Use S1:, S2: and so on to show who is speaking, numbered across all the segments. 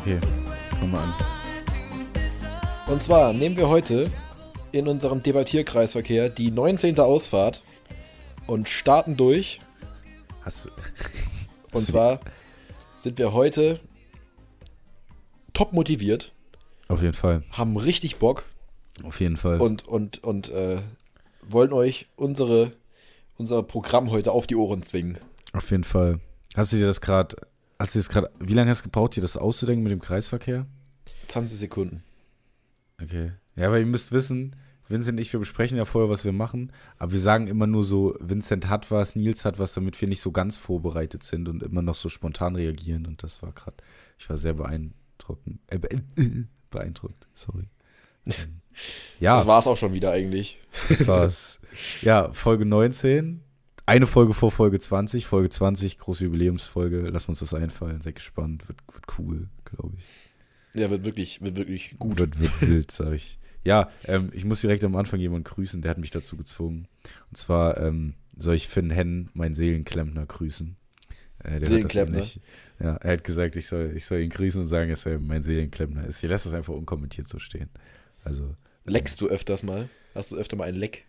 S1: Okay, fangen wir an.
S2: Und zwar nehmen wir heute in unserem Debattierkreisverkehr die 19. Ausfahrt und starten durch.
S1: Hast du.
S2: Und
S1: hast du
S2: zwar sind wir heute top motiviert,
S1: die- Auf jeden Fall.
S2: haben richtig Bock
S1: Auf jeden Fall.
S2: und, und, und äh, wollen euch unsere, unser Programm heute auf die Ohren zwingen.
S1: Auf jeden Fall. Hast du dir das gerade. Hast du das gerade. Wie lange hast du gebraucht, dir das auszudenken mit dem Kreisverkehr?
S2: 20 Sekunden.
S1: Okay. Ja, aber ihr müsst wissen, Vincent und ich, wir besprechen ja vorher, was wir machen, aber wir sagen immer nur so, Vincent hat was, Nils hat was, damit wir nicht so ganz vorbereitet sind und immer noch so spontan reagieren. Und das war gerade, ich war sehr beeindruckend. Äh, be beeindruckt, sorry. Ähm, ja,
S2: Das war es auch schon wieder eigentlich.
S1: das war's. ja, Folge 19. Eine Folge vor Folge 20. Folge 20, große Jubiläumsfolge. Lass uns das einfallen. Seid gespannt. Wird, wird cool, glaube ich.
S2: Ja, wird wirklich, wird wirklich gut.
S1: Wird, wird wild, sag ich. Ja, ähm, ich muss direkt am Anfang jemanden grüßen, der hat mich dazu gezwungen. Und zwar ähm, soll ich Finn Hennen, meinen Seelenklempner, grüßen. Äh, der hört das
S2: Seelenklempner.
S1: nämlich. Ja, er hat gesagt, ich soll, ich soll ihn grüßen und sagen, dass er mein Seelenklempner ist. Ich lasse das einfach unkommentiert so stehen. Also,
S2: Leckst du öfters mal? Hast du öfter mal ein Leck?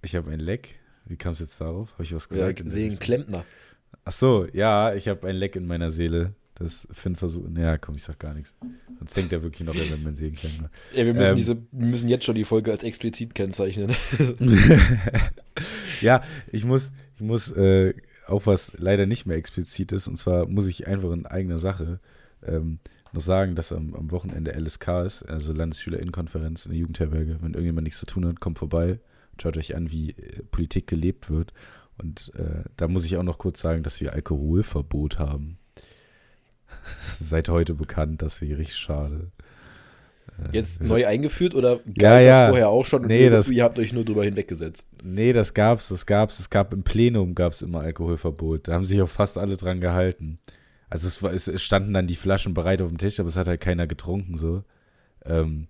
S1: ich habe ein Leck. Wie kam es jetzt darauf? Habe ich was
S2: Ja,
S1: gesagt? In der nächsten-
S2: Seelenklempner.
S1: Ach so, ja, ich habe ein Leck in meiner Seele. Das Finn versucht. Naja, komm, ich sag gar nichts. Sonst denkt er wirklich noch, er wäre mein Seelenklempner.
S2: Ja, wir müssen,
S1: Ähm.
S2: diese, wir müssen jetzt schon die Folge als explizit kennzeichnen.
S1: ja, ich muss, ich muss äh, auch was leider nicht mehr explizit ist, und zwar muss ich einfach in eigener Sache ähm, noch sagen, dass am, am Wochenende LSK ist, also Landesschülerinnenkonferenz in der Jugendherberge. Wenn irgendjemand nichts zu tun hat, kommt vorbei, schaut euch an, wie äh, Politik gelebt wird. Und äh, da muss ich auch noch kurz sagen, dass wir Alkoholverbot haben. Seit heute bekannt, das wäre richtig schade. Äh,
S2: Jetzt
S1: wir-
S2: neu eingeführt oder galt
S1: Ja, ja.
S2: das vorher auch schon? und
S1: Nee,
S2: ihr,
S1: das-
S2: ihr habt euch nur drüber hinweggesetzt.
S1: Nee, das gab's, das gab's. Es gab im Plenum gab's immer Alkoholverbot. Da haben sich auch fast alle dran gehalten. Also es, war, es, es standen dann die Flaschen bereit auf dem Tisch, aber es hat halt keiner getrunken so. Ähm,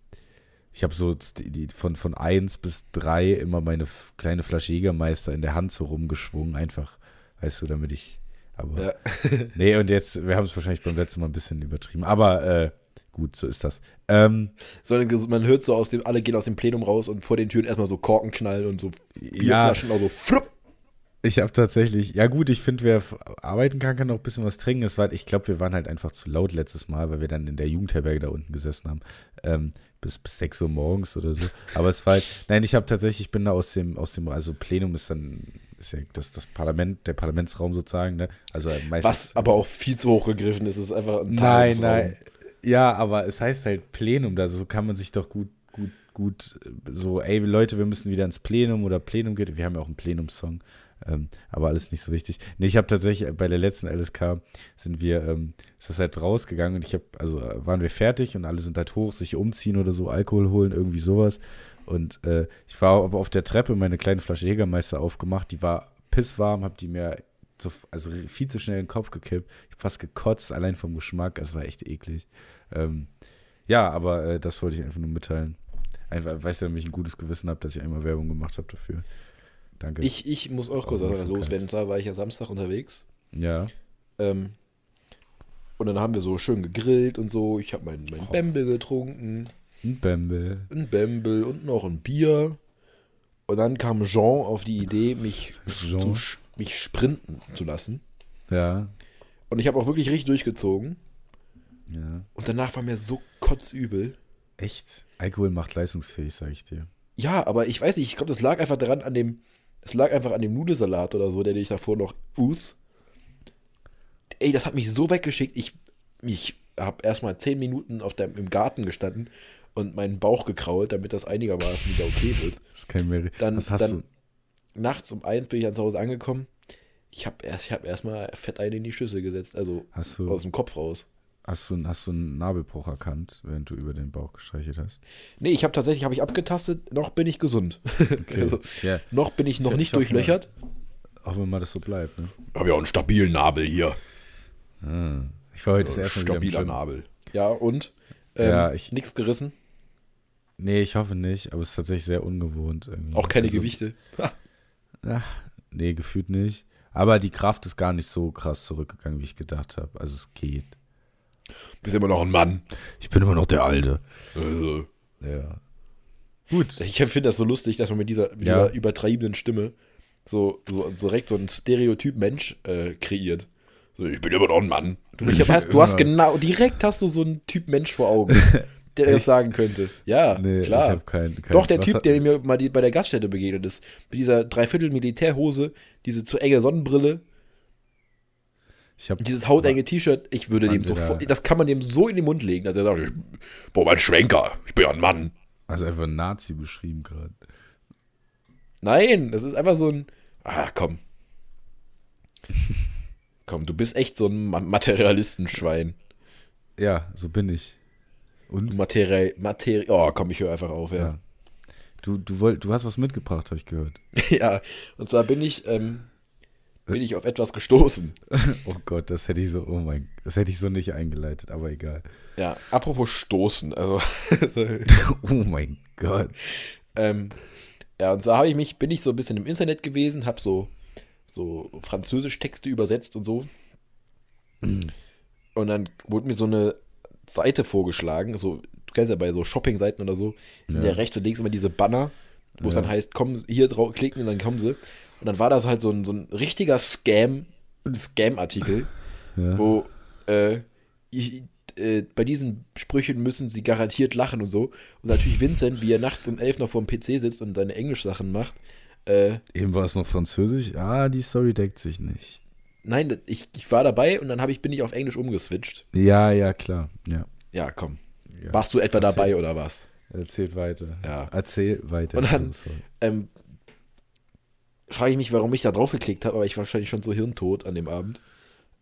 S1: ich habe so z- die, die- von, von eins bis drei immer meine f- kleine Flasche Jägermeister in der Hand so rumgeschwungen, einfach, weißt du, damit ich. Aber
S2: Ja.
S1: nee, und jetzt, wir haben es wahrscheinlich beim letzten Mal ein bisschen übertrieben. Aber äh, gut, so ist das. Ähm,
S2: Sondern ges- man hört so aus dem, alle gehen aus dem Plenum raus und vor den Türen erstmal so Korken knallen und so Bierflaschen auch so flupp.
S1: Ich habe tatsächlich, ja gut, ich finde, wer f- arbeiten kann, kann auch ein bisschen was trinken. Es war, ich glaube, wir waren halt einfach zu laut letztes Mal, weil wir dann in der Jugendherberge da unten gesessen haben. Ähm, bis, bis 6 Uhr morgens oder so. Aber es war halt, nein, ich habe tatsächlich, ich bin da aus dem, aus dem, also Plenum ist dann, ist ja das, das Parlament, der Parlamentsraum sozusagen, ne? Also meistens.
S2: Was aber auch viel zu hoch gegriffen ist. Es ist einfach ein
S1: Nein,
S2: Tagungsraum.
S1: nein. Ja, aber es heißt halt Plenum, da so kann man sich doch gut, gut, gut, äh, so, ey Leute, wir müssen wieder ins Plenum oder Plenum geht. Wir haben ja auch einen Plenum-Song, ähm, aber alles nicht so wichtig. Nee, ich habe tatsächlich äh, bei der letzten LSK sind wir, ähm, ist das halt rausgegangen und ich habe, also äh, waren wir fertig und alle sind halt hoch, sich umziehen oder so, Alkohol holen, irgendwie sowas. Und äh, ich war aber auf der Treppe meine kleine Flasche Jägermeister aufgemacht, die war pisswarm, hab die mir so, also viel zu schnell in den Kopf gekippt. Ich hab fast gekotzt, allein vom Geschmack. Es war echt eklig. Ähm, ja, aber äh, das wollte ich einfach nur mitteilen. Einfach, weißt du, damit ich ein gutes Gewissen habe, dass ich einmal Werbung gemacht habe dafür. Danke.
S2: Ich, ich muss auch kurz was
S1: Aufmerksamkeit.
S2: loswerden. Da war ich ja Samstag unterwegs.
S1: ja.
S2: Ähm, und dann haben wir so schön gegrillt und so. Ich habe meinen
S1: Oh.
S2: mein Bembel getrunken.
S1: Ein Bämbel.
S2: ein Bembel und noch ein Bier. Und dann kam Jean auf die Idee, mich,
S1: Jean.
S2: zu, sch- mich sprinten zu lassen.
S1: Ja.
S2: Und ich habe auch wirklich richtig durchgezogen.
S1: Ja.
S2: Und danach war mir so kotzübel.
S1: Echt. Alkohol macht leistungsfähig, sage ich dir.
S2: Ja, aber ich weiß nicht, ich glaube, das lag einfach daran an dem, es lag einfach an dem Nudelsalat oder so, der ich davor noch us. Ey, das hat mich so weggeschickt. Ich, ich habe erstmal zehn Minuten auf dem, im Garten gestanden und meinen Bauch gekrault, damit das einigermaßen wieder okay wird.
S1: Das kann ich mir.
S2: Dann-
S1: was hast
S2: dann-
S1: du?
S2: nachts um eins bin ich dann zu Hause angekommen. Ich habe erst, ich hab erstmal fett eine in die Schüssel gesetzt, also
S1: Hast du,
S2: aus dem Kopf raus.
S1: hast, du, hast du einen Nabelbruch erkannt, während du über den Bauch gestreichelt hast?
S2: Nee, ich habe tatsächlich hab ich abgetastet, noch bin ich gesund. also,
S1: Ja.
S2: noch bin ich noch
S1: Ich-
S2: nicht
S1: ich hoffe,
S2: durchlöchert.
S1: Hoffen wir mal, dass so bleibt, ne?
S2: Habe ja auch einen stabilen Nabel hier.
S1: Ah. Ich war heute das erste Mal wieder im
S2: Stabiler
S1: Gym.
S2: Nabel. Ja, und ähm,
S1: Ja, ich-
S2: nichts gerissen,
S1: Nee, ich hoffe nicht, aber es ist tatsächlich sehr ungewohnt. Irgendwie.
S2: auch keine
S1: Also-
S2: Gewichte.
S1: Ach, nee, gefühlt nicht. Aber die Kraft ist gar nicht so krass zurückgegangen, wie ich gedacht habe. Also es geht.
S2: Bist immer noch ein Mann.
S1: Ich bin immer noch der Alte.
S2: Also.
S1: Ja. Gut.
S2: Ich finde das so lustig, dass man mit dieser, mit
S1: Ja.
S2: dieser übertriebenen Stimme so, so, so direkt so einen Stereotyp-Mensch äh, kreiert. So, ich bin immer noch ein Mann. Du, ich hab, hast, du hast
S1: Immer.
S2: genau, direkt hast du so einen Typ Mensch vor Augen, der das sagen könnte. Ja,
S1: Nee, ich
S2: klar.
S1: habe keinen. Kein,
S2: Doch der
S1: was
S2: Typ,
S1: hat-
S2: der mir mal die, bei der Gaststätte begegnet ist, mit dieser Dreiviertel Militärhose, diese zu enge Sonnenbrille,
S1: Ich hab,
S2: dieses hautenge T-Shirt, ich würde dem
S1: Mann,
S2: sofort,
S1: Digga.
S2: das kann man dem so in den Mund legen, dass er sagt, ich, boah, mein Schwenker, ich bin ja ein Mann.
S1: Also einfach ein Nazi beschrieben gerade.
S2: Nein, das ist einfach so ein. Ah, komm. komm, du bist echt so ein Ma- Materialistenschwein.
S1: Ja, so bin ich.
S2: Du
S1: Und?
S2: Material. Materi oh, komm, ich höre einfach auf, ja.
S1: Ja. Du, du, wollt, du hast was mitgebracht, habe ich gehört.
S2: Ja, und zwar bin ich, ähm, bin ich auf etwas gestoßen.
S1: Oh Gott, das hätte ich so, oh mein, das hätte ich so nicht eingeleitet, aber egal.
S2: Ja, apropos Stoßen, also.
S1: Oh mein Gott.
S2: ähm, ja, und zwar habe ich mich, bin ich so ein bisschen im Internet gewesen, habe so, so französisch Texte übersetzt und so. Und dann wurde mir so eine Seite vorgeschlagen, so, du kennst ja bei so Shopping-Seiten oder so, sind ja,
S1: Ja.
S2: rechts und links immer diese Banner, wo es
S1: Ja.
S2: dann heißt, komm hier drauf klicken und dann kommen sie. Und dann war das halt so ein, so ein richtiger Scam, Scam-Artikel, wo äh, ich, äh, bei diesen Sprüchen müssen sie garantiert lachen und so. Und natürlich Vincent, wie er nachts um elf noch vor dem PC sitzt und seine Englisch-Sachen macht, äh,
S1: Eben war es noch Französisch. Ah, die Story deckt sich nicht.
S2: nein, ich, ich war dabei und dann hab ich, bin ich auf Englisch umgeswitcht.
S1: Ja, ja, klar. Ja.
S2: Ja, komm.
S1: Ja.
S2: Warst du etwa dabei oder was?
S1: Erzähl weiter.
S2: Ja.
S1: Erzähl weiter.
S2: Und dann-
S1: So, sorry.
S2: Ähm, frage ich mich, warum ich da drauf geklickt habe, aber ich war wahrscheinlich schon so hirntot an dem Abend.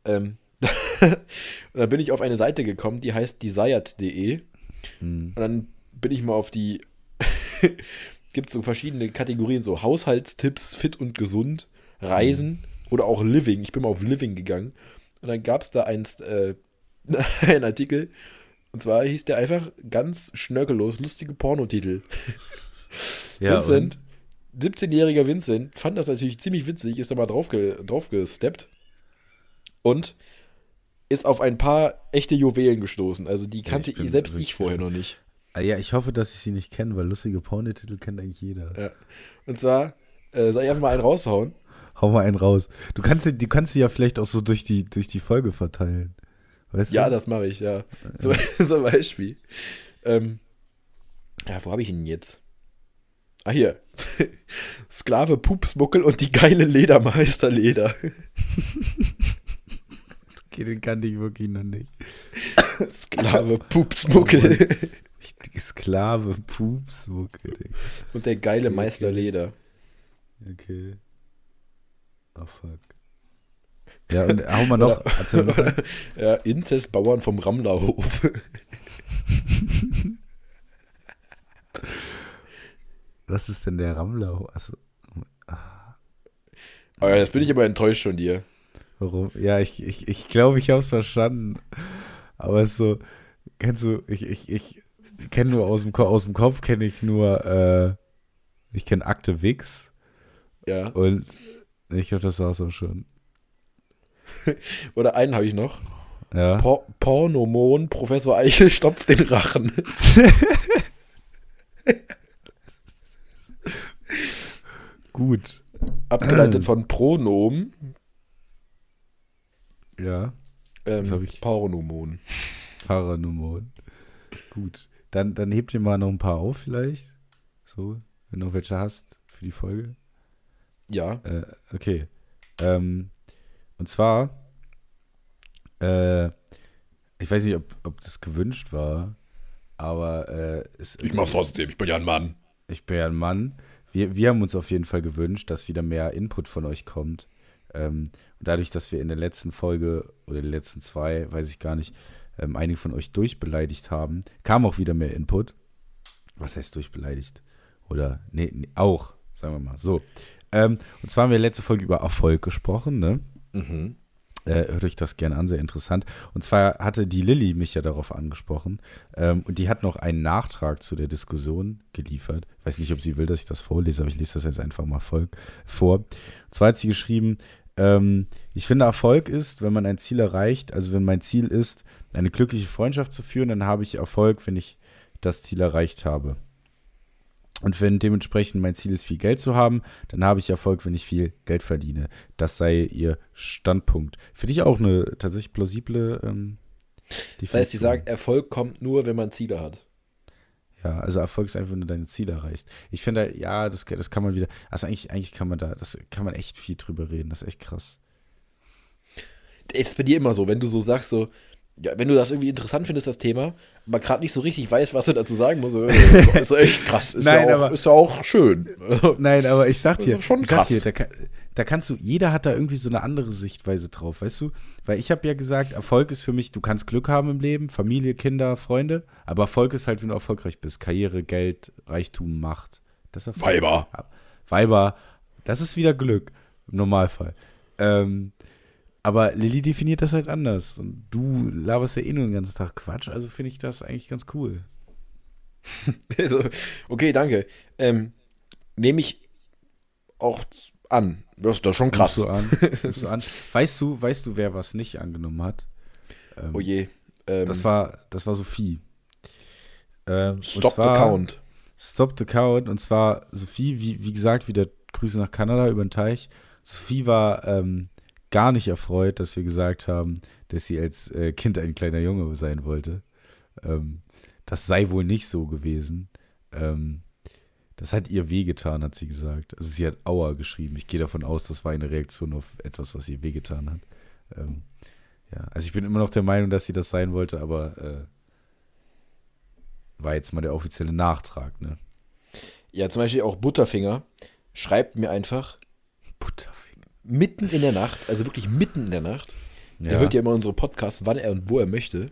S2: Ähm, und dann bin ich auf eine Seite gekommen, die heißt desired.de.
S1: Hm.
S2: Und dann bin ich mal auf die. Gibt es so verschiedene Kategorien, so Haushaltstipps, fit und gesund, Reisen
S1: Mhm.
S2: oder auch Living. Ich bin mal auf Living gegangen. Und dann gab es da einst äh, einen Artikel. Und zwar hieß der einfach ganz schnörkellos, lustige Pornotitel.
S1: Ja,
S2: Vincent, 17-jähriger Vincent, fand das natürlich ziemlich witzig, ist da mal drauf, ge drauf gesteppt und ist auf ein paar echte Juwelen gestoßen. Also die kannte
S1: ich bin
S2: ich selbst
S1: wirklich
S2: ich vorher noch nicht.
S1: Und, ah, ja, ich hoffe, dass ich sie nicht kenne, weil lustige Pornotitel kennt eigentlich jeder.
S2: Ja. Und zwar äh, soll ich einfach mal einen raushauen.
S1: Hau mal einen raus. Du kannst, sie- du kannst sie ja vielleicht auch so durch die, durch die Folge verteilen. Weißt
S2: Ja,
S1: du?
S2: das mache ich, ja. So, zum Beispiel. Ähm, ja, wo habe ich ihn jetzt? Ah, hier. Sklave Pupsmuckel und die geile Ledermeisterleder.
S1: Okay, den kannte ich wirklich noch nicht.
S2: Sklave Pupsmuckel
S1: Richtig Sklave, Pups, okay. Digga.
S2: und der geile
S1: Okay,
S2: Meisterleder.
S1: Okay. Oh, fuck. Ja, und hau mal noch. Erzähl mal.
S2: Ja, Inzestbauern vom Rammlerhof.
S1: Was ist denn der Rammler? Also,
S2: Oh ja, jetzt bin ich aber enttäuscht von dir.
S1: warum? Ja, ich ich, ich, glaube, ich hab's verstanden. Aber es ist so, kennst du, ich, ich, ich kenne nur aus dem, Ko- aus dem Kopf, kenne ich nur, äh, ich kenne Akte Wix
S2: Ja.
S1: und ich glaube, das war's auch schon.
S2: Oder einen habe ich noch.
S1: Ja.
S2: Por Pornomon, Professor Eichel stopft den Rachen.
S1: Gut.
S2: Abgeleitet von Pronom.
S1: Ja. Das hab
S2: Ähm,
S1: ich.
S2: Pornomon.
S1: Paranormal. Gut. Dann, dann hebt ihr mal noch ein paar auf, vielleicht. So, wenn du noch welche hast für die Folge.
S2: Ja.
S1: Äh, okay. Ähm, und zwar, äh, ich weiß nicht, ob, ob das gewünscht war, aber äh, es,
S2: trotzdem, ich bin ja ein Mann.
S1: ich bin ja ein Mann. Wir, wir haben uns auf jeden Fall gewünscht, dass wieder mehr Input von euch kommt. Ähm, und dadurch, dass wir in der letzten Folge oder in den letzten zwei, weiß ich gar nicht, ähm, einige von euch durchbeleidigt haben, kam auch wieder mehr Input. Was heißt durchbeleidigt? Oder, nee, nee auch, sagen wir mal. So. Ähm, und zwar haben wir letzte Folge über Erfolg gesprochen, ne?
S2: Mhm.
S1: Äh, hört euch das gerne an, sehr interessant. Und zwar hatte die Lilly mich ja darauf angesprochen ähm, und die hat noch einen Nachtrag zu der Diskussion geliefert. Weiß nicht, ob sie will, dass ich das vorlese, aber ich lese das jetzt einfach mal voll, vor. Und zwar hat sie geschrieben, Ähm, ich finde, Erfolg ist, wenn man ein Ziel erreicht, also wenn mein Ziel ist, eine glückliche Freundschaft zu führen, dann habe ich Erfolg, wenn ich das Ziel erreicht habe. Und wenn dementsprechend mein Ziel ist, viel Geld zu haben, dann habe ich Erfolg, wenn ich viel Geld verdiene. Das sei ihr Standpunkt. Finde ich auch eine tatsächlich plausible ähm,
S2: Das heißt, sie
S1: Definition.
S2: sagt, Erfolg kommt nur, wenn man Ziele hat.
S1: Ja, also Erfolg ist einfach, wenn du deine Ziele erreichst. Ich finde, ja, das, das kann man wieder, also eigentlich, eigentlich kann man da, das kann man echt viel drüber reden, das ist echt krass.
S2: Es ist bei dir immer so, wenn du so sagst, so, ja, wenn du das irgendwie interessant findest, das Thema, aber gerade nicht so richtig weiß, was du dazu sagen musst, so, äh, ist echt krass, ist,
S1: Nein,
S2: ja, auch,
S1: aber-
S2: ist ja auch schön.
S1: Nein, aber ich sag
S2: Das
S1: dir,
S2: ist Also schon
S1: ich sag
S2: krass.
S1: dir da, kann, da kannst du, jeder hat da irgendwie so eine andere Sichtweise drauf, weißt du? Weil ich habe ja gesagt, Erfolg ist für mich, du kannst Glück haben im Leben, Familie, Kinder, Freunde, aber Erfolg ist halt, wenn du erfolgreich bist. Karriere, Geld, Reichtum, Macht. Das ist Erfolg.
S2: Weiber.
S1: Weiber, das ist wieder Glück im Normalfall. Ähm, aber Lilly definiert das halt anders. Und du laberst ja eh nur den ganzen Tag Quatsch, also finde ich das eigentlich ganz cool.
S2: Also, okay, danke. Ähm, Nehme ich auch an. Das ist doch schon krass.
S1: Nimmst du an, nimmst du an. Weißt du, weißt du, wer was nicht angenommen hat? Ähm,
S2: Oh je. Ähm,
S1: Das war, das war Sophie. Ähm,
S2: Stop
S1: und zwar,
S2: the Count.
S1: Stop the Count. Und zwar Sophie, wie, wie gesagt, wieder Grüße nach Kanada über den Teich. Sophie war ähm, gar nicht erfreut, dass wir gesagt haben, dass sie als äh, Kind ein kleiner Junge sein wollte. Ähm, das sei wohl nicht so gewesen. Ähm, das hat ihr wehgetan, hat sie gesagt. Also sie hat Aua geschrieben. Ich gehe davon aus, das war eine Reaktion auf etwas, was ihr wehgetan hat. Ähm, ja, also ich bin immer noch der Meinung, dass sie das sein wollte, aber äh, war jetzt mal der offizielle Nachtrag, ne?
S2: Ja, zum Beispiel auch Butterfinger schreibt mir einfach
S1: Butterfinger.
S2: mitten in der Nacht, also wirklich mitten in der Nacht.
S1: Ja.
S2: Er hört ja immer unsere Podcasts, wann er und wo er möchte.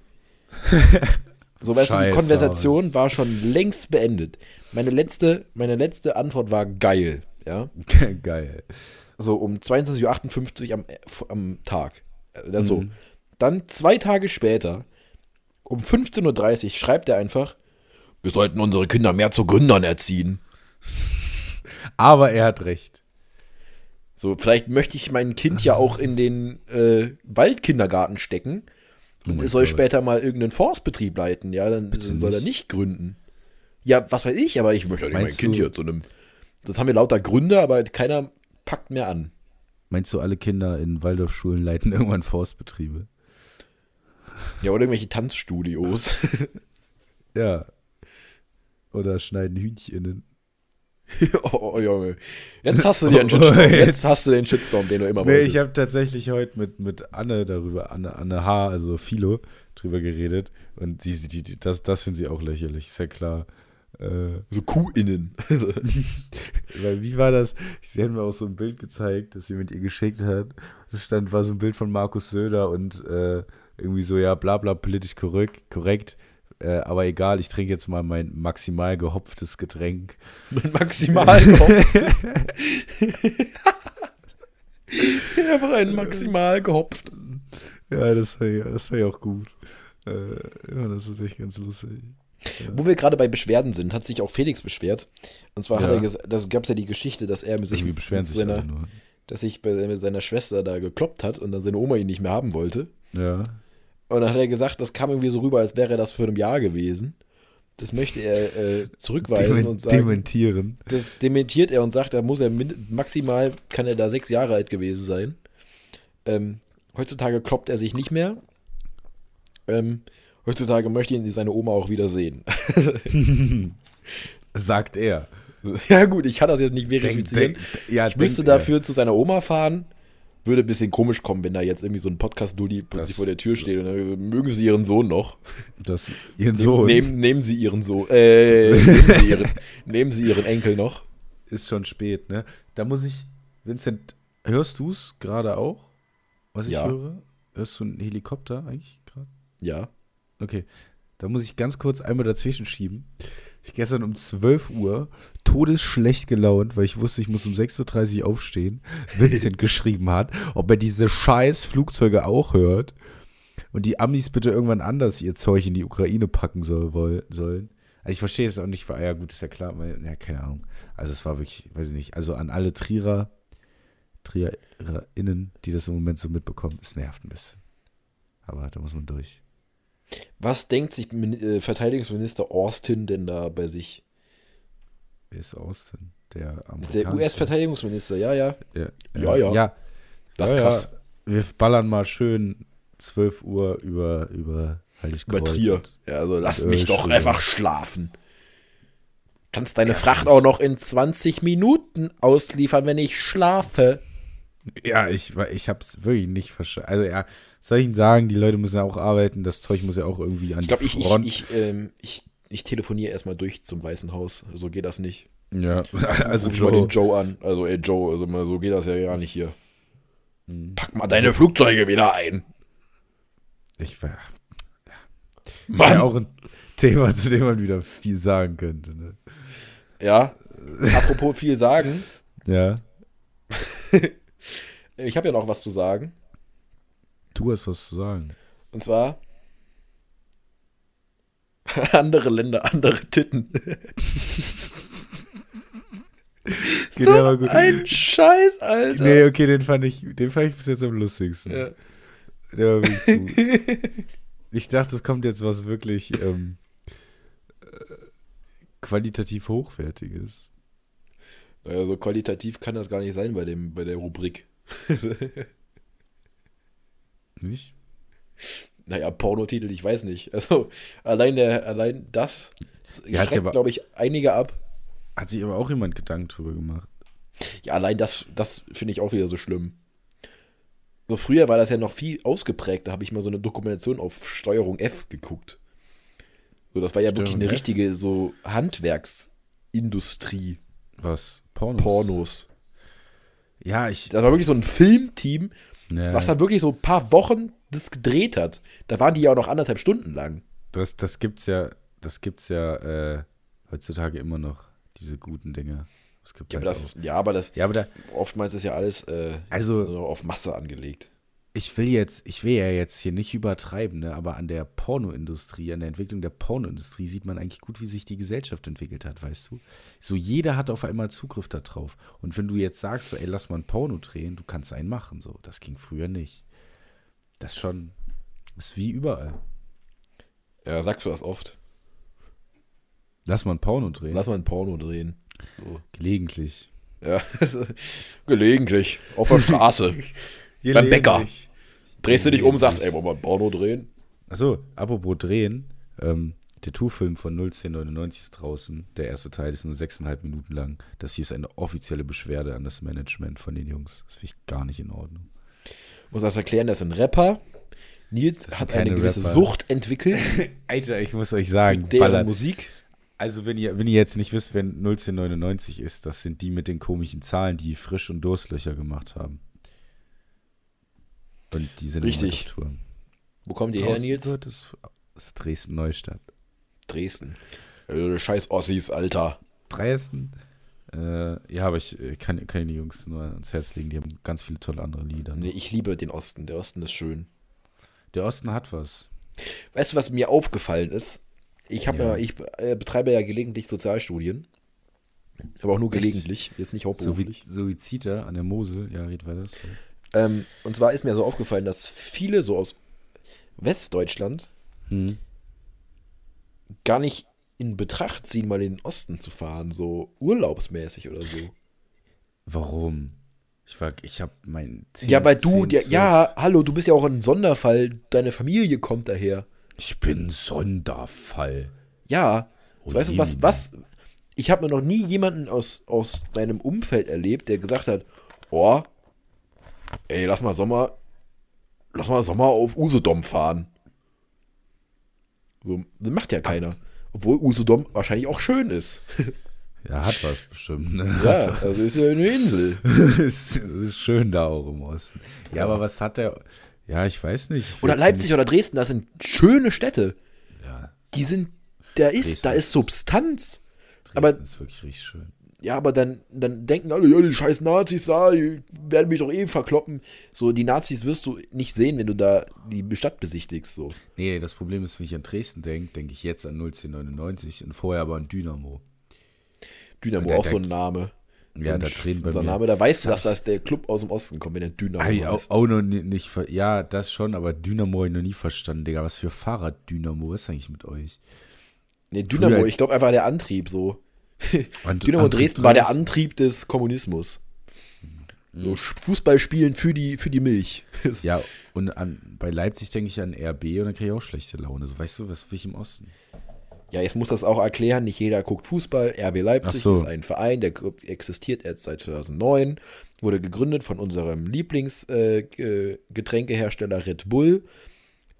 S2: so, weißt du, die
S1: Scheiße,
S2: Konversation
S1: Hans.
S2: war schon längst beendet. Meine letzte, meine letzte Antwort war geil. Ja,
S1: Geil.
S2: so um 22.58 Uhr am, am Tag. Äh, So.
S1: Mhm.
S2: Dann zwei Tage später, um 15.30 Uhr, schreibt er einfach: Wir sollten unsere Kinder mehr zu Gründern erziehen.
S1: Aber er hat recht.
S2: So, vielleicht möchte ich mein Kind ja auch in den äh, Waldkindergarten stecken. Und
S1: Oh mein
S2: es soll
S1: Gott.
S2: später mal irgendeinen Forstbetrieb leiten, ja, dann soll er nicht gründen. Ja, was weiß ich, aber ich möchte ja nicht mein
S1: Meinst
S2: Kind
S1: du-
S2: hier zu einem. Das haben wir lauter Gründe, aber keiner packt mehr an.
S1: Meinst du, alle Kinder in Waldorfschulen leiten irgendwann Forstbetriebe?
S2: Ja, oder irgendwelche Tanzstudios.
S1: Ja. Oder schneiden Hühncheninnen.
S2: Oh, oh, Junge. Jetzt hast du dir einen Shitstorm. Jetzt hast du den Shitstorm, den du immer
S1: Oh, Nee,
S2: wolltest.
S1: ich habe tatsächlich heute mit, mit Anne darüber, Anne, Anne H., also Philo, drüber geredet. Und sie, sie- die, die, das, das finden sie auch lächerlich, ist ja klar. Äh,
S2: so Kuhinnen.
S1: Weil wie war das? Sie haben mir auch so ein Bild gezeigt, das sie mit ihr geschickt hat. Da stand, war so ein Bild von Markus Söder und äh, irgendwie so, ja, bla bla, politisch korrekt, korrekt äh, aber egal, ich trinke jetzt mal mein maximal gehopftes Getränk.
S2: Mit maximal gehopft. Einfach ein maximal gehopft.
S1: Ja, das war ja, das war ja auch gut. Äh, ja, das ist echt ganz lustig.
S2: Wo wir gerade bei Beschwerden sind, hat sich auch Felix beschwert. Und zwar hat
S1: Ja.
S2: er gesagt, das gab ja die Geschichte, dass er mit, sich,
S1: Irgendwie
S2: mit
S1: beschweren sich alle
S2: seiner,
S1: nur.
S2: dass sich bei mit seiner Schwester da gekloppt hat und dann seine Oma ihn nicht mehr haben wollte.
S1: Ja.
S2: Und dann hat er gesagt, das kam irgendwie so rüber, als wäre das für ein Jahr gewesen. Das möchte er äh, zurückweisen
S1: Demen-
S2: und sagen.
S1: dementieren.
S2: Das dementiert er und sagt, da muss er min- maximal, kann er da sechs Jahre alt gewesen sein. Ähm, heutzutage kloppt er sich nicht mehr. Ähm, heutzutage möchte ihn seine Oma auch wieder sehen.
S1: Sagt er.
S2: ja gut, ich kann das jetzt nicht
S1: Denk,
S2: verifizieren.
S1: denk, ja,
S2: ich müsste
S1: denkt er.
S2: dafür zu seiner Oma fahren. Würde ein bisschen komisch kommen, wenn da jetzt irgendwie so ein Podcast-Dulli plötzlich
S1: Das-
S2: vor der Tür steht und dann, mögen Sie Ihren Sohn noch?
S1: Das, ihren Sohn
S2: Nehmen, nehmen Sie Ihren Sohn. Äh, nehmen, Sie ihren, nehmen Sie Ihren Enkel noch?
S1: ist schon spät, ne? Da muss ich. Vincent, hörst du es gerade auch? Was ich
S2: Ja.
S1: höre? Hörst du einen Helikopter eigentlich gerade?
S2: Ja.
S1: Okay. Da muss ich ganz kurz einmal dazwischen schieben. Ich gestern um 12 Uhr todesschlecht gelaunt, weil ich wusste, ich muss um 6.30 Uhr aufstehen, Vincent geschrieben hat, ob er diese scheiß Flugzeuge auch hört und die Amis bitte irgendwann anders ihr Zeug in die Ukraine packen soll, woll, sollen. Also ich verstehe es auch nicht, weil, ja gut, ist ja klar, weil, ja, keine Ahnung. Also es war wirklich, weiß ich nicht, also an alle Trierer, PsychiatrierInnen, die das im Moment so mitbekommen. Es nervt ein bisschen. Aber da muss man durch.
S2: Was denkt sich Min- äh, Verteidigungsminister Austin denn da bei sich?
S1: Wer ist Austin? Der amerikanische.
S2: Der US-Verteidigungsminister, ja, ja.
S1: Ja,
S2: Ja, ja.
S1: ja.
S2: Das ist
S1: ja,
S2: krass.
S1: Ja. Wir ballern mal schön 12 Uhr über, über Heiligkreuz.
S2: Über Trier.
S1: und-
S2: Ja, also lass
S1: Äh,
S2: mich doch
S1: Entschuldigung.
S2: einfach schlafen. Kannst deine
S1: Ja,
S2: Fracht
S1: stimmt.
S2: auch noch in 20 Minuten ausliefern, wenn ich schlafe.
S1: Ja, ich, wa- ich hab's wirklich nicht verstanden. Also ja, soll ich Ihnen sagen, die Leute müssen ja auch arbeiten, das Zeug muss ja auch irgendwie an
S2: Ich glaube,
S1: die
S2: ich, ich,
S1: Front.
S2: ich, ähm, ich, ich telefoniere erstmal durch zum Weißen Haus. So geht das nicht.
S1: ja, also
S2: Ruf ich mal den
S1: Joe.
S2: Joe an. Also, ey, Joe, also mal, so geht das ja gar nicht hier.
S1: Mhm.
S2: Pack mal deine Flugzeuge wieder ein.
S1: Ich war
S2: Mann.
S1: ja auch ein Thema, zu dem man wieder viel sagen könnte. Ne?
S2: Ja. Apropos viel sagen.
S1: Ja.
S2: Ich habe ja noch was zu sagen.
S1: Du hast was zu sagen.
S2: Und zwar. Andere Länder, andere Titten.
S1: Geht
S2: so
S1: mir aber Genau, gut.
S2: ein Scheiß, Alter.
S1: Nee, okay, den fand ich, den fand ich bis jetzt am lustigsten.
S2: Ja.
S1: Der war wirklich gut. ich dachte, es kommt jetzt was wirklich ähm, äh, qualitativ hochwertiges.
S2: Naja, so qualitativ kann das gar nicht sein bei, dem, bei der Rubrik.
S1: Nicht?
S2: Naja, Pornotitel, ich weiß nicht. Also allein, der, allein das
S1: Ja, hat sie
S2: schreckt,
S1: aber-
S2: glaube ich, einige ab.
S1: Hat sich aber auch jemand Gedanken drüber gemacht.
S2: Ja, allein das, das finde ich auch wieder so schlimm. So früher war das ja noch viel ausgeprägter, habe ich mal so eine Dokumentation auf Steuerung F geguckt. So, das war ja wirklich
S1: Steuerung
S2: eine
S1: F?
S2: richtige so Handwerksindustrie,
S1: Was? Pornos?
S2: Pornos.
S1: Ja, ich.
S2: Das war wirklich so ein Filmteam,
S1: ne,
S2: was da wirklich so ein paar Wochen das gedreht hat. Da waren die ja auch noch anderthalb Stunden lang.
S1: das, das gibt's ja, das gibt's ja äh, heutzutage immer noch, diese guten Dinge. Es gibt
S2: Ja, aber
S1: halt
S2: das,
S1: auch-
S2: ja, aber das
S1: ja, aber da,
S2: oftmals ist ja alles äh,
S1: Also-
S2: so auf Masse angelegt.
S1: ich will jetzt, ich will ja jetzt hier nicht übertreiben, ne, aber an der Pornoindustrie, an der Entwicklung der Pornoindustrie sieht man eigentlich gut, wie sich die Gesellschaft entwickelt hat, weißt du? So jeder hat auf einmal Zugriff darauf. Und wenn du jetzt sagst, so, ey, lass mal ein Porno drehen, du kannst einen machen, so. Das ging früher nicht. Das ist schon, ist wie überall.
S2: Ja, sagst du das oft?
S1: Lass mal ein Porno drehen.
S2: Lass mal ein Porno drehen. So.
S1: Gelegentlich.
S2: Ja, gelegentlich. Auf der Straße. Beim Bäcker. Drehst du dich um, sagst, ey, wollen wir ein Porno drehen?
S1: Achso, apropos drehen. Ähm, der Tu-Film von 01099 ist draußen. Der erste Teil ist nur sechseinhalb Minuten lang. Das hier ist eine offizielle Beschwerde an das Management von den Jungs. Das finde ich gar nicht in Ordnung.
S2: Muss das erklären, das ist ein Rapper. Nils
S1: sind
S2: hat eine
S1: keine
S2: gewisse
S1: Rapper.
S2: Sucht entwickelt,
S1: Alter, ich muss euch sagen,
S2: deren
S1: Baller,
S2: Musik.
S1: also wenn ihr, wenn ihr jetzt nicht wisst, wer 01099 ist, das sind die mit den komischen Zahlen, die Frisch- und Durstlöcher gemacht haben. Und die sind
S2: Richtig.
S1: Immer auf Tour.
S2: Wo kommen die her,
S1: Draußen
S2: Nils?
S1: wird es- Aus Dresden-Neustadt.
S2: Dresden. Äh, scheiß Ossis, Alter.
S1: dreisten. Äh, ja, aber ich äh, kann, kann die Jungs nur ans Herz legen, die haben ganz viele tolle andere Lieder.
S2: Nee, ich liebe den Osten. Der Osten ist schön.
S1: Der Osten hat was.
S2: Weißt du, was mir aufgefallen ist? Ich, hab ja.
S1: Ja.
S2: ich äh, betreibe ja gelegentlich Sozialstudien. Aber auch nur gelegentlich, jetzt nicht
S1: So
S2: hauptberuflich.
S1: wie, so wie Zita an der Mosel. Ja, red weiter. sorry.
S2: Ähm, und zwar ist mir so aufgefallen, dass viele so aus Westdeutschland
S1: Hm.
S2: gar nicht in Betracht ziehen, mal in den Osten zu fahren, so urlaubsmäßig oder so.
S1: Warum? Ich war, ich hab mein 10,
S2: ja, weil du, ja,
S1: 12.
S2: ja, hallo, du bist ja auch ein Sonderfall, deine Familie kommt daher.
S1: Ich bin Sonderfall.
S2: Ja,
S1: Oh
S2: so, weißt du,
S1: je,
S2: was,
S1: Mann.
S2: was, ich habe mir noch nie jemanden aus, aus meinem Umfeld erlebt, der gesagt hat, oh, ey, lass mal Sommer, lass mal Sommer auf Usedom fahren. So, das macht ja keiner. Obwohl Usedom wahrscheinlich auch schön ist.
S1: Ja, hat was bestimmt. Ne?
S2: Ja, das
S1: Hat was.
S2: ist ja eine Insel.
S1: ist, ist schön da auch im Osten. Ja, aber was hat der? Ja, ich weiß nicht. Ich
S2: Oder
S1: will's ja
S2: Leipzig oder Dresden, das sind schöne Städte.
S1: Nicht, ja,
S2: Die sind, da ist,
S1: Dresden
S2: da
S1: ist-
S2: ist Substanz.
S1: Dresden
S2: Aber-
S1: ist wirklich richtig schön.
S2: Ja, aber dann, dann denken alle, ja, die scheiß Nazis da, die werden mich doch eh verkloppen. So, die Nazis wirst du nicht sehen, wenn du da die Stadt besichtigst. So.
S1: Nee, das Problem ist, wenn ich an Dresden denke, denke ich jetzt an 01099 und vorher aber an Dynamo.
S2: Dynamo,
S1: Der-
S2: auch
S1: der-
S2: so ein Name.
S1: Ja,
S2: Und
S1: da drehen bei
S2: unser
S1: mir.
S2: Name, da weißt du, dass das der Club aus dem Osten kommt, wenn der Dynamo
S1: Hab ich auch,
S2: heißt.
S1: auch noch nie- nicht, ver ja, das schon, aber Dynamo hab ich noch nie verstanden, Digga. Was für Fahrrad-Dynamo ist eigentlich mit euch?
S2: Nee, Dynamo,
S1: Früher-
S2: ich glaube einfach der Antrieb so.
S1: Und-
S2: Dynamo
S1: Antrieb
S2: Dresden war der
S1: Dresden?
S2: Antrieb des Kommunismus. So
S1: Mhm.
S2: Sch- Fußball spielen für die, für die Milch.
S1: Ja, und an, bei Leipzig denke ich an RB und dann kriege ich auch schlechte Laune. So, weißt du, was will ich im Osten?
S2: Ja, jetzt muss das auch erklären, nicht jeder guckt Fußball. RB Leipzig
S1: Ach so.
S2: ist ein Verein, der gr- existiert erst seit 2009, wurde gegründet von unserem Lieblingsgetränkehersteller äh, Getränkehersteller Red Bull,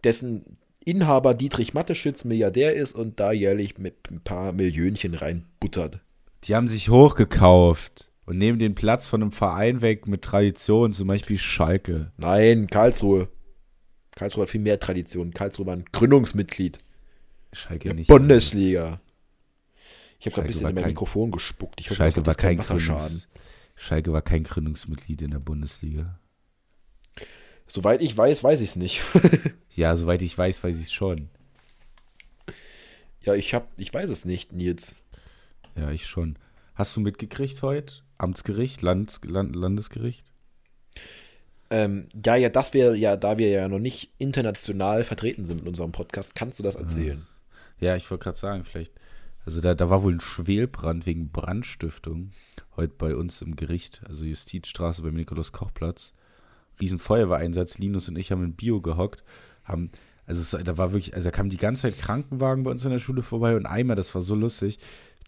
S2: dessen Inhaber Dietrich Matteschitz Milliardär ist und da jährlich mit ein paar Millionchen reinbuttert.
S1: Die haben sich hochgekauft und nehmen den Platz von einem Verein weg mit Tradition, zum Beispiel Schalke.
S2: Nein, Karlsruhe. Karlsruhe hat viel mehr Tradition. Karlsruhe war ein Gründungsmitglied
S1: Schalke
S2: der
S1: nicht.
S2: Bundesliga. Ich habe gerade
S1: Schalke
S2: ein bisschen
S1: war
S2: in mein
S1: kein-
S2: Mikrofon gespuckt. Ich hoffe,
S1: Schalke
S2: das
S1: war
S2: ist kein
S1: kein,
S2: Wasserschaden.
S1: Gründungs, Schalke war kein Gründungsmitglied in der Bundesliga.
S2: Soweit ich weiß, weiß ich es nicht.
S1: Ja, soweit ich weiß, weiß ich es schon.
S2: Ja, ich hab, ich weiß es nicht, Nils.
S1: Ja, ich schon. Hast du mitgekriegt heute? Amtsgericht, Landes, Land, Landesgericht?
S2: Ähm, ja, ja, das wäre ja, da wir ja noch nicht international vertreten sind mit unserem Podcast, kannst du das erzählen?
S1: Ja, ich wollte gerade sagen, vielleicht. Also da, da war wohl ein Schwelbrand wegen Brandstiftung heute bei uns im Gericht, also Justizstraße beim Nikolaus-Koch-Platz. Riesenfeuerwehreinsatz. Linus und ich haben in Bio gehockt, haben, also es, da war wirklich, also da kamen die ganze Zeit Krankenwagen bei uns in der Schule vorbei und einmal, das war so lustig,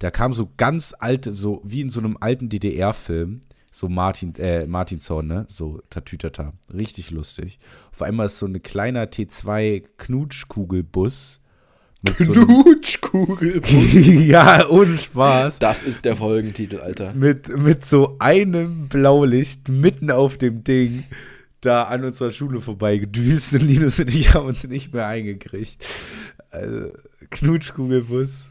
S1: da kam so ganz alte, so wie in so einem alten DDR-Film, so Martin, äh, Martinshorn, ne? So Tatütata. Richtig lustig. Auf einmal ist so ein kleiner T2-Knutschkugelbus mit so einem
S2: Knutschkugel.
S1: ja, ohne Spaß.
S2: Das ist der Folgentitel, Alter.
S1: Mit, mit so einem Blaulicht mitten auf dem Ding da an unserer Schule vorbeigedüst und Linus und ich haben uns nicht mehr eingekriegt. Also, Knutschkugelbus.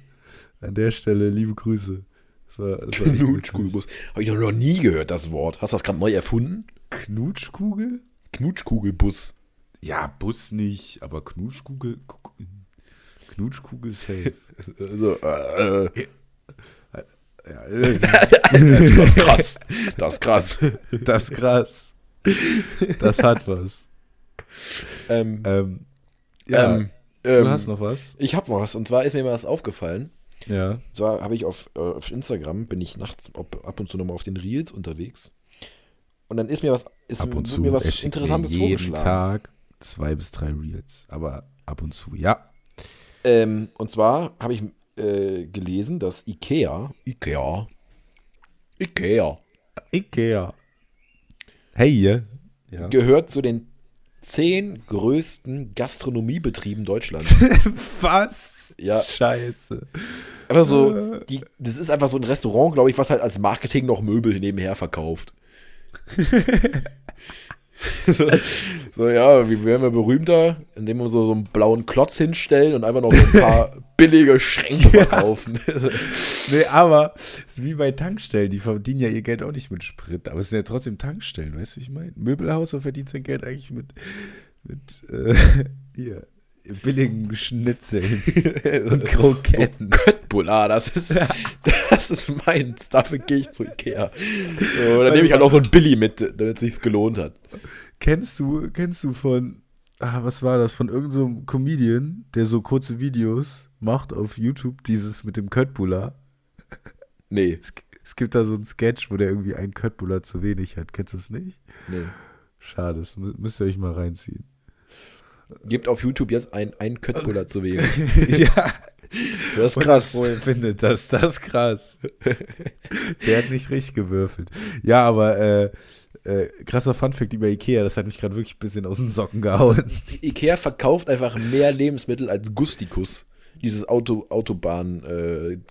S1: An der Stelle liebe Grüße. Das war, das war echt witzig.
S2: Knutschkugelbus. Habe ich doch noch nie gehört, das Wort. Hast du das gerade neu erfunden?
S1: Knutschkugel?
S2: Knutschkugelbus.
S1: Ja, Bus nicht, aber Knutschkugel. Knutschkugel safe.
S2: Also, äh, äh,
S1: Ja, äh,
S2: das ist krass. Das ist krass.
S1: das ist krass. Das hat was.
S2: ähm,
S1: Ähm, ja,
S2: ähm,
S1: du
S2: ähm,
S1: hast noch was?
S2: Ich hab was. Und zwar ist mir mal was aufgefallen.
S1: Ja.
S2: Und zwar habe ich auf, äh, auf Instagram, bin ich nachts ab, ab und zu nochmal auf den Reels unterwegs. Und dann ist mir was, ist
S1: ab und
S2: wurde
S1: zu.
S2: mir
S1: Er
S2: was
S1: schickt
S2: Interessantes
S1: mir jeden
S2: vorgeschlagen.
S1: Tag zwei bis drei Reels, aber ab und zu, ja.
S2: Ähm, und zwar habe ich äh, gelesen, dass Ikea, Ikea, Ikea,
S1: Ikea. Hey, ja. Ja.
S2: gehört zu den zehn größten Gastronomiebetrieben Deutschlands.
S1: Was?
S2: Ja.
S1: Scheiße.
S2: einfach so, die, das ist einfach so ein Restaurant, glaube ich, was halt als Marketing noch Möbel nebenher verkauft. so, so, ja, wie werden wir berühmter? Indem wir so, so einen blauen Klotz hinstellen und einfach noch so ein paar billige Schränke verkaufen.
S1: Nee, aber ist wie bei Tankstellen, die verdienen ja ihr Geld auch nicht mit Sprit, aber es sind ja trotzdem Tankstellen, weißt du, wie ich meine? Möbelhaus verdient sein Geld eigentlich mit, mit äh, hier, billigen Schnitzeln und Kroketten.
S2: Köttbullar, das ist, das ist meins. Dafür gehe ich zu Ikea. So, dann nehme ich halt auch so ein Billy mit, damit es sich gelohnt hat.
S1: Kennst du, kennst du von, ah, was war das, von irgendeinem so einem Comedian, der so kurze Videos macht auf YouTube, dieses mit dem Köttbullar?
S2: Nee,
S1: Es, es gibt da so einen Sketch, wo der irgendwie einen Köttbullar zu wenig hat. Kennst du es nicht?
S2: nee.
S1: Schade, das mü- müsst ihr euch mal reinziehen.
S2: Gebt auf YouTube jetzt ein, ein Köttbullar zu wählen.
S1: ja,
S2: Das ist krass.
S1: wohl findet das, das ist krass. der hat nicht richtig gewürfelt. Ja, aber äh, äh, krasser Funfact über Ikea, das hat mich gerade wirklich ein bisschen aus den Socken gehauen.
S2: Ikea verkauft einfach mehr Lebensmittel als Gustikus. Dieses Auto, Autobahn-Restaurant.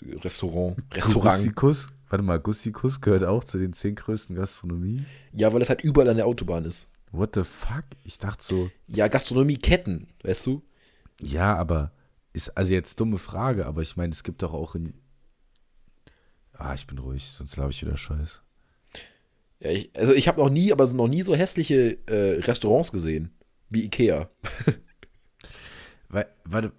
S2: äh, Restaurant.
S1: Gussikus, warte mal, Gussikus gehört auch zu den zehn größten Gastronomie.
S2: Ja, weil es halt überall an der Autobahn ist.
S1: What the fuck? Ich dachte so,
S2: Ja, Gastronomieketten, weißt du?
S1: ja, aber ist also jetzt dumme Frage, aber ich meine, es gibt doch auch in. Ah, ich bin ruhig, sonst glaube ich wieder Scheiß.
S2: Ja, ich, also ich habe noch nie, aber so- noch nie so hässliche äh, Restaurants gesehen wie Ikea.
S1: We warte,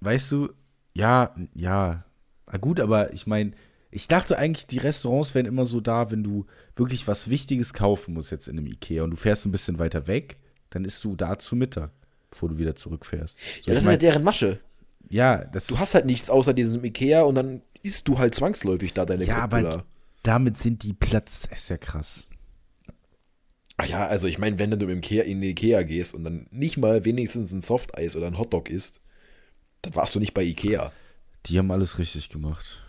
S1: weißt du, ja, ja, ah, gut, aber ich meine, Ich dachte eigentlich, die Restaurants wären immer so da, wenn du wirklich was Wichtiges kaufen musst jetzt in einem Ikea und du fährst ein bisschen weiter weg, dann isst du da zu Mittag, bevor du wieder zurückfährst. So,
S2: Ja,
S1: ich
S2: das ist
S1: mein,
S2: ja deren Masche.
S1: ja, das
S2: Du
S1: ist-
S2: hast halt nichts außer diesem Ikea und dann isst du halt zwangsläufig da deine
S1: Ja, aber
S2: Cutbulla.
S1: damit sind die Platz. Das ist ja krass.
S2: Ach ja, also ich meine, wenn du im Ikea, in den Ikea gehst und dann nicht mal wenigstens ein Softeis oder ein Hotdog isst, dann warst du nicht bei Ikea.
S1: Die haben alles richtig gemacht.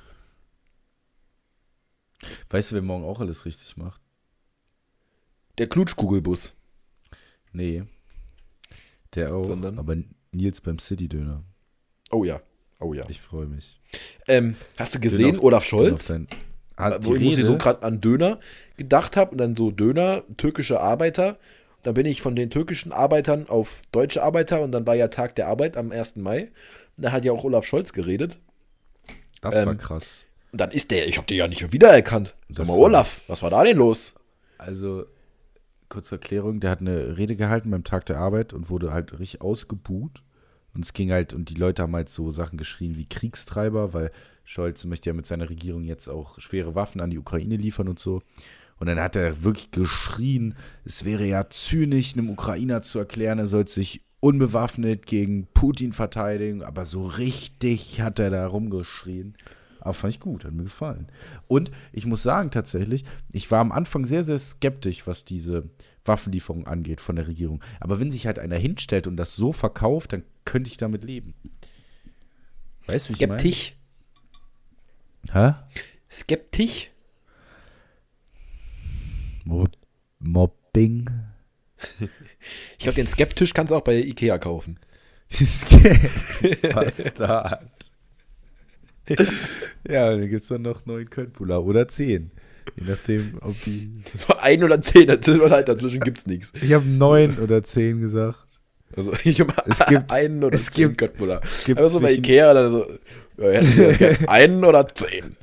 S1: Weißt du, wer morgen auch alles richtig macht?
S2: Der Klutschkugelbus.
S1: Nee. Der auch.
S2: Sondern?
S1: Aber Nils beim City-Döner.
S2: Oh ja, oh ja.
S1: Ich freue mich.
S2: Ähm, hast du gesehen,
S1: auf-
S2: Olaf
S1: Döner auf
S2: Scholz? Äh,
S1: sein- Ah, die
S2: wo ich muss
S1: Rede,
S2: so gerade an Döner gedacht habe und dann so Döner, türkische Arbeiter. Dann bin ich von den türkischen Arbeitern auf deutsche Arbeiter und dann war ja Tag der Arbeit am 1. Mai. Und da hat ja auch Olaf Scholz geredet.
S1: das war
S2: ähm,
S1: krass.
S2: Und dann ist der, ich habe den ja nicht mehr wiedererkannt. Sag
S1: Das
S2: mal,
S1: war-
S2: Olaf, was war da denn los?
S1: Also, kurze Erklärung, der hat eine Rede gehalten beim Tag der Arbeit und wurde halt richtig ausgebuht. Und es ging halt, und die Leute haben halt so Sachen geschrien wie Kriegstreiber, weil Scholz möchte ja mit seiner Regierung jetzt auch schwere Waffen an die Ukraine liefern und so. Und dann hat er wirklich geschrien, es wäre ja zynisch, einem Ukrainer zu erklären, er sollte sich unbewaffnet gegen Putin verteidigen. Aber so richtig hat er da rumgeschrien. Aber fand ich gut, hat mir gefallen. Und ich muss sagen, tatsächlich, ich war am Anfang sehr, sehr skeptisch, was diese Waffenlieferung angeht von der Regierung. Aber wenn sich halt einer hinstellt und das so verkauft, dann könnte ich damit leben. Weißt du, wie ich meine?
S2: Skeptisch.
S1: Hä?
S2: Skeptisch?
S1: Mob Mobbing.
S2: Ich glaube, den Skeptisch kannst du auch bei Ikea kaufen.
S1: Bastard. ja, dann gibt es dann noch neun Kölnpula oder zehn. Je nachdem, ob die.
S2: So ein oder zehn, dazwischen, halt, dazwischen gibt's nichts.
S1: Ich habe neun oder zehn gesagt.
S2: Also ich hab
S1: Es gibt-
S2: einen oder
S1: es
S2: zehn
S1: gibt-
S2: Köttbullar.
S1: gibt
S2: Aber so bei
S1: zwischen-
S2: Ikea dann so, ja, hätten Sie das gern? einen oder zehn.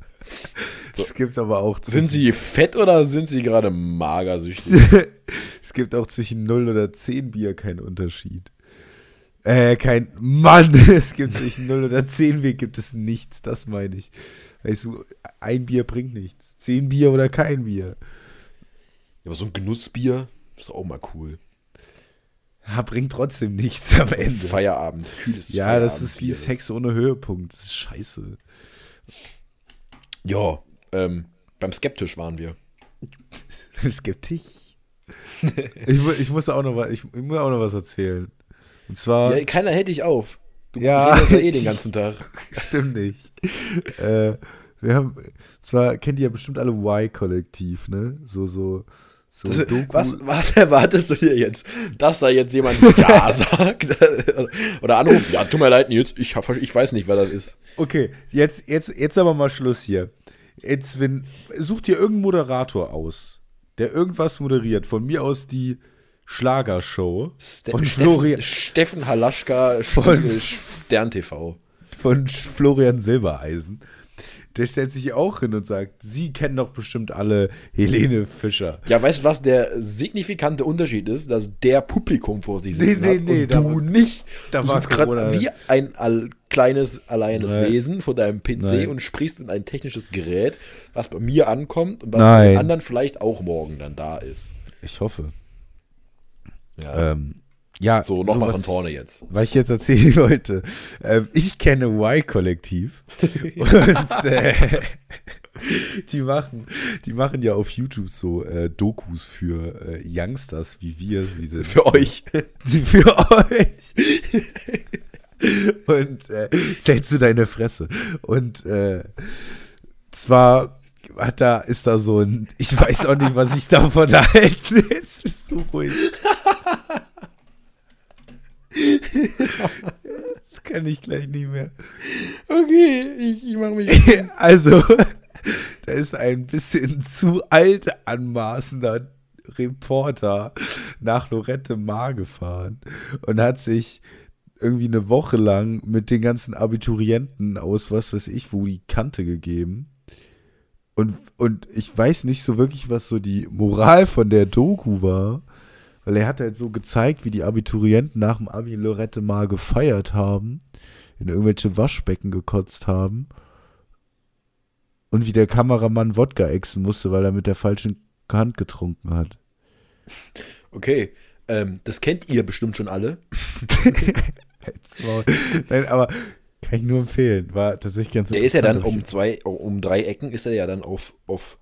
S1: Es gibt aber auch.
S2: Sind
S1: zwischen-
S2: sie fett oder sind sie gerade magersüchtig?
S1: es gibt auch zwischen null oder zehn Bier keinen Unterschied. Äh, kein Mann, es gibt zwischen null oder zehn Bier gibt es nichts, das meine ich. Weißt du, ein Bier bringt nichts. Zehn Bier oder kein Bier.
S2: Aber so ein Genussbier ist auch mal cool.
S1: Ja, bringt trotzdem nichts am Ende.
S2: Feierabend, kühles
S1: Ja, das ist wie
S2: Feierabendbier,
S1: Sex ohne Höhepunkt. Das ist scheiße.
S2: Ja, ähm, beim Skeptisch waren wir.
S1: Skeptisch. ich, mu- ich, muss auch noch, wa- ich, ich muss auch noch was erzählen. Und zwar,
S2: Ja, keiner hält dich auf. Du
S1: Ja.
S2: redest ja eh den ganzen Tag.
S1: stimmt nicht. äh, wir haben, zwar kennt ihr ja bestimmt alle Y-Kollektiv, ne? So, so, so
S2: Das,
S1: Doku-
S2: was, was erwartest du dir jetzt? Dass da jetzt jemand Ja sagt oder anruft? Ja, tut mir leid, Nils, ich, hab- ich weiß nicht, wer das ist.
S1: Okay, jetzt, jetzt, jetzt aber mal Schluss hier. Jetzt, wenn, such dir irgendeinen Moderator aus, der irgendwas moderiert. Von mir aus die Schlagershow. von Florian.
S2: Steffen, Steffen Halaschka von Stern TV.
S1: von Sch- Florian Silbereisen. Der stellt sich auch hin und sagt, Sie kennen doch bestimmt alle Helene Fischer.
S2: Ja, weißt du, was der signifikante Unterschied ist, dass der Publikum vor sich
S1: Nee,
S2: sitzen
S1: nee,
S2: hat
S1: nee,
S2: und
S1: da
S2: du
S1: war-
S2: nicht.
S1: da
S2: du
S1: war
S2: sitzt gerade
S1: Corona.
S2: wie ein all, kleines, alleines
S1: Nein.
S2: Wesen vor deinem PC
S1: Nein.
S2: und sprichst in ein technisches Gerät, was bei mir ankommt und was bei
S1: Nein.
S2: den anderen vielleicht auch morgen dann da ist.
S1: Ich hoffe.
S2: Ja.
S1: Ähm, ja,
S2: so, nochmal
S1: sowas-
S2: von vorne jetzt.
S1: Was ich jetzt erzählen wollte. Ähm, ich kenne Y-Kollektiv. und äh, die, machen, die machen ja auf YouTube so äh, Dokus für äh, Youngsters, wie wir sie sind.
S2: Für euch.
S1: Sie für euch. Und äh, zählst du deine Fresse. Und äh, zwar hat da, ist da so ein, ich weiß auch nicht, was ich davon halte. Jetzt bist du ruhig. Das kann ich gleich nicht mehr.
S2: Okay, ich, ich mach mich.
S1: Also, da ist ein bisschen zu alt anmaßender Reporter nach Lorette Mar gefahren und hat sich irgendwie eine Woche lang mit den ganzen Abiturienten aus was weiß ich wo die Kante gegeben. Und, und ich weiß nicht so wirklich, was so die Moral von der Doku war, weil er hat halt so gezeigt, wie die Abiturienten nach dem Abi Lorette Mar gefeiert haben, in irgendwelche Waschbecken gekotzt haben Und wie der Kameramann Wodka exen musste, weil er mit der falschen Hand getrunken hat.
S2: Okay, ähm, das kennt ihr bestimmt schon alle.
S1: Halt's Maul. Nein, aber kann ich nur empfehlen. War tatsächlich ganz
S2: Der ist ja dann
S1: interessant.
S2: um zwei, um drei Ecken ist er ja dann auf, auf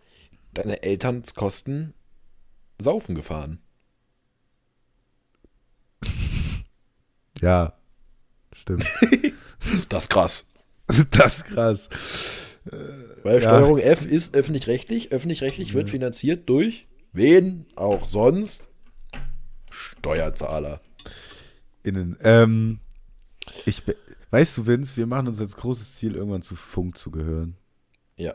S2: deine Elterns Kosten saufen gefahren.
S1: Ja, stimmt.
S2: Das ist krass.
S1: das ist krass.
S2: Weil
S1: Ja.
S2: Steuerung F ist öffentlich-rechtlich. Öffentlich-rechtlich wird finanziert durch wen auch sonst? Steuerzahler.
S1: Innen. Ähm, ich, be- weißt du, Vince, wir machen uns als großes Ziel, irgendwann zu Funk zu gehören.
S2: Ja.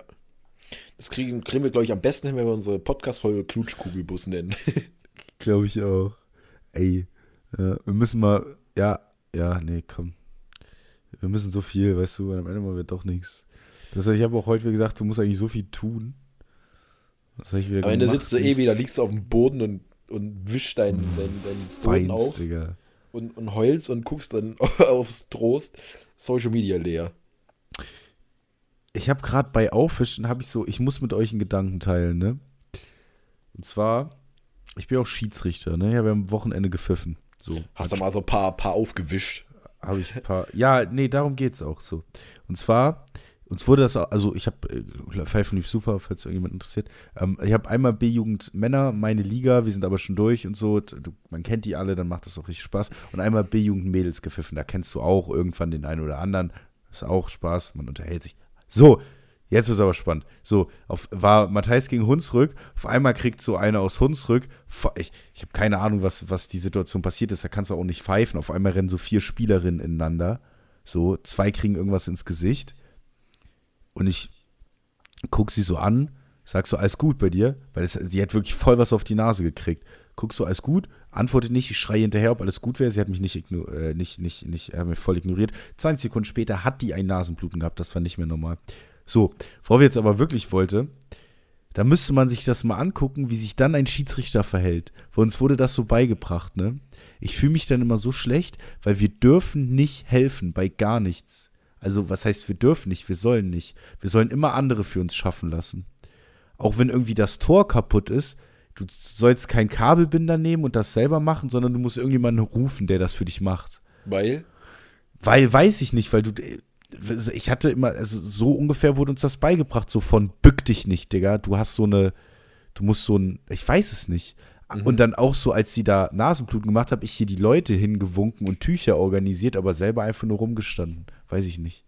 S2: Das kriegen, kriegen wir, glaube ich, am besten hin, wenn wir unsere Podcast-Folge Klutschkugelbus nennen.
S1: Glaube ich auch. Ey, äh, wir müssen mal, ja, ja, nee, komm. Wir müssen so viel, weißt du, weil am Ende mal wird doch nichts. Das heißt, ich habe auch heute wieder gesagt, du musst eigentlich so viel tun. Das habe ich wieder
S2: Am Ende
S1: gemacht.
S2: sitzt du eh wieder, liegst du auf dem Boden und, und wischst deinen, deinen, deinen Boden
S1: Feinst,
S2: auf
S1: Digga.
S2: und, und heulst und guckst dann aufs Trost Social Media leer.
S1: ich habe gerade bei Auffischen habe ich so, ich muss mit euch einen Gedanken teilen, ne? Und zwar, ich bin auch Schiedsrichter, ne? Ich habe ja am Wochenende gepfiffen. So,
S2: Hast du mal so ein paar, paar aufgewischt.
S1: habe ich ein paar. Ja, nee, darum geht's auch so. Und zwar, uns wurde das, auch- also ich habe, äh, Pfeifen lief super, falls irgendjemand interessiert. Ähm, ich habe einmal B-Jugend Männer, meine Liga, wir sind aber schon durch und so. Du, man kennt die alle, dann macht das auch richtig Spaß. Und einmal B-Jugend Mädels gepfiffen, da kennst du auch irgendwann den einen oder anderen. Ist auch Spaß, man unterhält sich. So, jetzt ist aber spannend. So, auf, war Matthijs gegen Hunsrück. Auf einmal kriegt so einer aus Hunsrück. Fa- Ich, ich habe keine Ahnung, was, was die Situation passiert ist. Da kannst du auch nicht pfeifen. Auf einmal rennen so vier Spielerinnen ineinander. So, zwei kriegen irgendwas ins Gesicht. Und ich guck sie so an, sag so, alles gut bei dir, weil es, sie hat wirklich voll was auf die Nase gekriegt. Guck so, alles gut, antwortet nicht, ich schreie hinterher, ob alles gut wäre. Sie hat mich nicht, igno- äh, nicht, nicht, nicht, äh, mich voll ignoriert. 20 Sekunden später hat die ein Nasenbluten gehabt, das war nicht mehr normal. So, worauf ich jetzt aber wirklich wollte, da müsste man sich das mal angucken, wie sich dann ein Schiedsrichter verhält. Bei uns wurde das so beigebracht, ne? Ich fühle mich dann immer so schlecht, weil wir dürfen nicht helfen bei gar nichts. Also, was heißt, wir dürfen nicht, wir sollen nicht. Wir sollen immer andere für uns schaffen lassen. Auch wenn irgendwie das Tor kaputt ist, du sollst keinen Kabelbinder nehmen und das selber machen, sondern du musst irgendjemanden rufen, der das für dich macht.
S2: Weil
S1: Weil, weiß ich nicht, weil du. Ich hatte immer, also so ungefähr wurde uns das beigebracht, so von bück dich nicht, Digga. Du hast so eine, du musst so ein, ich weiß es nicht. Und dann auch so, als sie da Nasenbluten gemacht habe, ich hier die Leute hingewunken und Tücher organisiert, aber selber einfach nur rumgestanden. Weiß ich nicht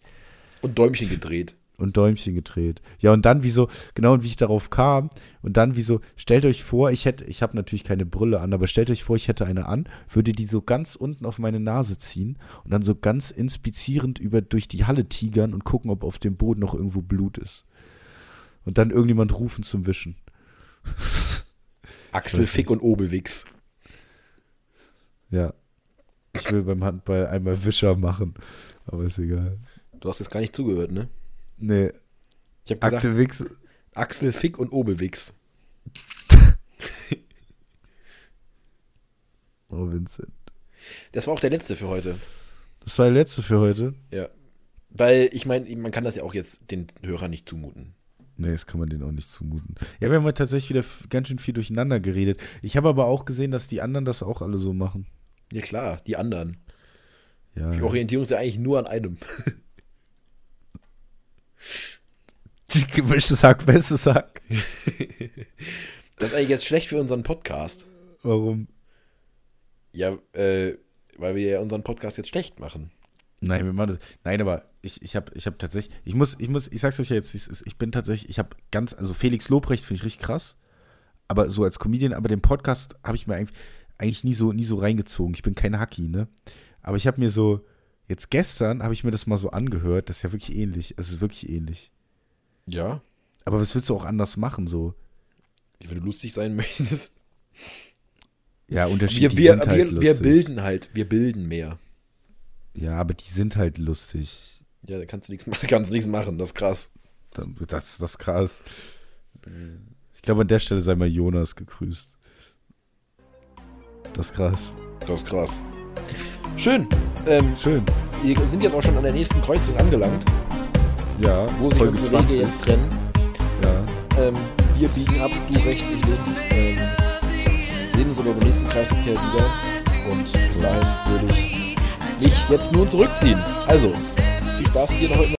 S2: und Däumchen gedreht.
S1: und Däumchen gedreht. Ja, und dann wieso, genau, und wie ich darauf kam, und dann wieso, stellt euch vor, ich hätte, ich habe natürlich keine Brille an, aber stellt euch vor, ich hätte eine an, würde die so ganz unten auf meine Nase ziehen und dann so ganz inspizierend über, durch die Halle tigern und gucken, ob auf dem Boden noch irgendwo Blut ist. Und dann irgendjemand rufen zum Wischen.
S2: Axel Fick und Obelwix.
S1: Ja. Ich will beim Handball einmal Wischer machen, aber ist egal.
S2: Du hast jetzt gar nicht zugehört, ne?
S1: Nee,
S2: Ich habe gesagt,
S1: Akte Wichs,
S2: Axel Fick und Obelwix.
S1: oh Vincent.
S2: Das war auch der letzte für heute.
S1: Das war der letzte für heute.
S2: Ja. Weil ich meine, man kann das ja auch jetzt den Hörern nicht zumuten.
S1: Nee, das kann man denen auch nicht zumuten. Ja, wir haben heute tatsächlich wieder f- ganz schön viel durcheinander geredet. Ich habe aber auch gesehen, dass die anderen das auch alle so machen.
S2: Ja klar, die anderen.
S1: Ja.
S2: Wir orientieren uns ja eigentlich nur an einem.
S1: Die gemischte Sack, beste Sack.
S2: Das ist eigentlich jetzt schlecht für unseren Podcast.
S1: Warum?
S2: Ja, äh, weil wir ja unseren Podcast jetzt schlecht machen.
S1: Nein, wir machen das. Nein, aber ich, ich habe ich hab tatsächlich, ich muss, ich muss, ich sag's euch ja jetzt, wie es ist. Ich bin tatsächlich, ich habe ganz, also Felix Lobrecht finde ich richtig krass. Aber so als Comedian, aber den Podcast habe ich mir eigentlich, eigentlich nie so, nie so reingezogen. Ich bin kein Hacki, ne? Aber ich habe mir so, jetzt gestern habe ich mir das mal so angehört. Das ist ja wirklich ähnlich. Es ist wirklich ähnlich.
S2: Ja.
S1: Aber was willst du auch anders machen, so?
S2: Wenn du lustig sein möchtest.
S1: Ja,
S2: Wir,
S1: unterschiedlich.
S2: wir,
S1: sind halt
S2: wir, wir
S1: lustig.
S2: bilden halt, wir bilden mehr.
S1: Ja, aber die sind halt lustig.
S2: Ja, da kannst du nichts machen, kannst du nichts machen, das ist krass.
S1: Das, das ist krass. Ich glaube, an der Stelle sei mal Jonas gegrüßt. Das ist krass.
S2: Das ist krass. Schön. Ähm,
S1: Schön.
S2: wir sind jetzt auch schon an der nächsten Kreuzung angelangt,
S1: Ja,
S2: wo sich
S1: Folge
S2: unsere Wege
S1: 20.
S2: jetzt trennen. hier biegen ab, du rechts, ich links. Ähm, sehen uns aber beim nächsten Kreisverkehr wieder. Und bis dahin würde ich mich jetzt nun zurückziehen. Also, viel Spaß hier noch heute.